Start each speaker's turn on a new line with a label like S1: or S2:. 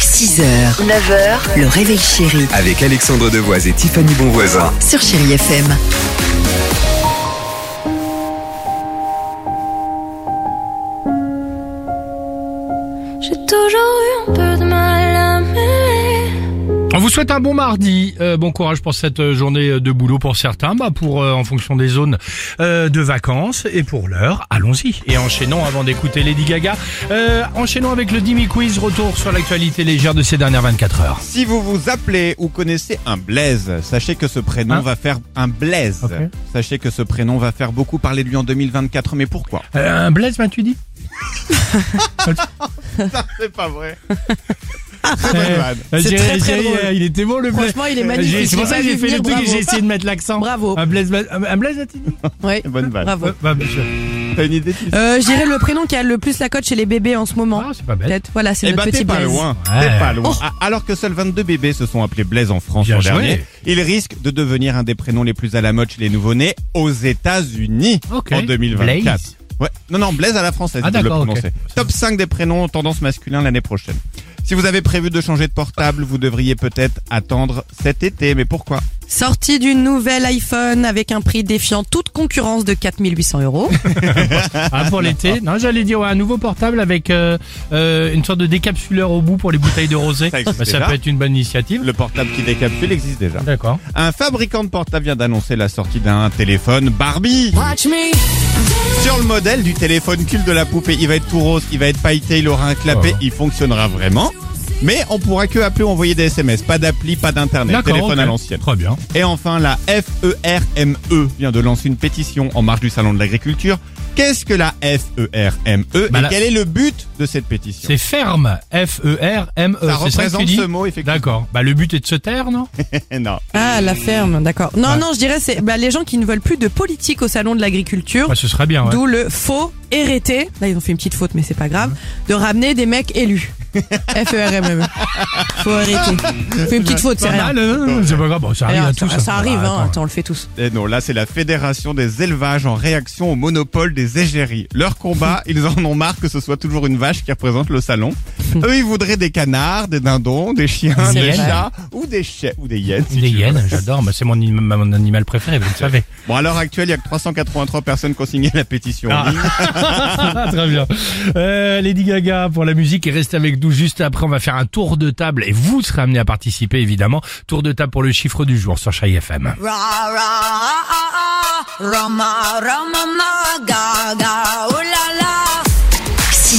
S1: 6h, 9h, le réveil chéri
S2: Avec Alexandre Devoise et Tiffany Bonvoisin.
S1: sur Chéri FM.
S3: J'ai toujours eu un peu de mal à m'aimer.
S4: On vous souhaite un bon mardi. Euh, bon courage pour cette euh, journée de boulot pour certains, bah pour euh, en fonction des zones euh, de vacances et pour l'heure, allons-y. Et enchaînons avant d'écouter Lady Gaga. Euh, enchaînons avec le Dimi Quiz, retour sur l'actualité légère de ces dernières 24 heures.
S5: Si vous vous appelez ou connaissez un Blaise, sachez que ce prénom
S4: Hein
S5: va faire un Blaise.
S4: Ok.
S5: Sachez que ce prénom va faire beaucoup parler de lui en 2024. Mais pourquoi
S4: Euh, un Blaise, m'as-tu dit
S5: C'est pas vrai.
S4: Euh,
S5: vanne.
S4: euh,
S6: C'est
S4: j'ai-
S6: très, très
S4: j'ai-
S6: drôle.
S4: euh, Il était beau le Blaise.
S6: Franchement, il est
S4: J'ai-
S6: magnifique.
S4: C'est pour ça que j'ai fait le truc et j'ai essayé de Ah, mettre l'accent.
S6: Bravo.
S4: Un Blaise, un un Blaise, as-tu dit
S6: Ouais.
S5: Bonne vanne.
S6: Bravo.
S4: Ouais, bah, bien sûr.
S5: T'as une idée Tiff
S6: Euh, je dirais le prénom qui a le plus la cote chez les bébés en ce moment.
S4: Ah, c'est pas bête.
S6: Peut-être. Voilà, c'est
S5: Eh
S6: notre
S5: ben,
S6: petit
S5: t'es pas
S6: Blaise.
S5: loin.
S4: Ouais.
S5: T'es pas loin. Ah, Alors que seuls 22 bébés se sont appelés Blaise en France
S4: Bien
S5: l'an
S4: joué.
S5: dernier, il risque de devenir un des prénoms les plus à la mode chez les nouveau-nés aux États-Unis
S4: Ok.
S5: en 2024.
S4: Blaze.
S5: Ouais. Non, non, Blaise à la française.
S4: Ah,
S5: il faut le
S4: d'accord, ok.
S5: prononcer. Top 5 des prénoms tendance masculin l'année prochaine. Si vous avez prévu de changer de portable, vous devriez peut-être attendre cet été. Mais pourquoi
S6: Sortie du nouvel iPhone avec un prix défiant toute concurrence de 4800 euros.
S4: Ah, pour l'été. Non, j'allais dire ouais, un nouveau portable avec euh, euh, une sorte de décapsuleur au bout pour les bouteilles de rosé.
S5: Ça
S4: Bah,
S5: existe
S4: Ça,
S5: déjà.
S4: peut être une bonne initiative.
S5: Le portable qui décapsule existe déjà.
S4: D'accord.
S5: Un fabricant de portable vient d'annoncer la sortie d'un téléphone Barbie. Sur le modèle du téléphone cul de la poupée, il va être tout rose, il va être pailleté, il aura un clapet,
S4: Oh.
S5: il fonctionnera vraiment. Mais on pourra que appeler ou envoyer des SMS, pas d'appli, pas d'internet,
S4: D'accord, ok.
S5: téléphone à l'ancienne.
S4: Très bien.
S5: Et enfin, la E FERME vient de lancer une pétition en marge du salon de l'agriculture. Qu'est-ce que la E FERME
S4: Bah,
S5: et
S4: la-
S5: quel est le but de cette pétition
S4: C'est ferme. E F-E-R-M-E.
S5: Ça
S4: C'est que tu
S5: représente
S4: dis
S5: ce mot, effectivement.
S4: D'accord. Bah, le but est de se taire, non
S5: Non.
S6: Ah, la ferme, d'accord. Non,
S4: Ouais.
S6: non, je dirais c'est bah, les gens qui ne veulent plus de politique au salon de l'agriculture.
S4: bah, Ce serait bien, ouais.
S6: D'où le faux hérité. Là, ils ont fait une petite faute, mais c'est pas grave. De ramener des mecs élus. E F-E-R-M-E. Faut arrêter. Fait une petite faute, c'est
S4: Pas
S6: rien.
S4: mal, hein C'est pas grave. Bon, ça arrive
S6: Alors,
S4: à tous.
S6: ça,
S4: hein.
S6: ça arrive,
S4: Bah,
S6: hein.
S4: attends.
S6: Attends, on le fait tous.
S5: Et Eh non, là c'est la Fédération des élevages en réaction au monopole des égéries. Leur combat, ils en ont marre que ce soit toujours une vache qui représente le salon. Eux, ils voudraient des canards, des dindons, des chiens,
S6: C'est
S5: des
S6: vrai.
S5: chats ou des chais ou des hyènes. si
S4: Des
S5: tu veux.
S4: hyènes, j'adore. Bah, c'est mon, anim- mon animal préféré, vous le savez.
S5: Bon, à l'heure actuelle, il y a que 383 personnes qui ont signé la pétition. en
S4: Ah.
S5: ligne.
S4: Ah, très bien. Euh, Lady Gaga pour la musique et restez avec nous juste après. On va faire un tour de table et vous serez amené à participer évidemment. Tour de table pour le chiffre du jour sur Chai FM.
S3: Oh là là.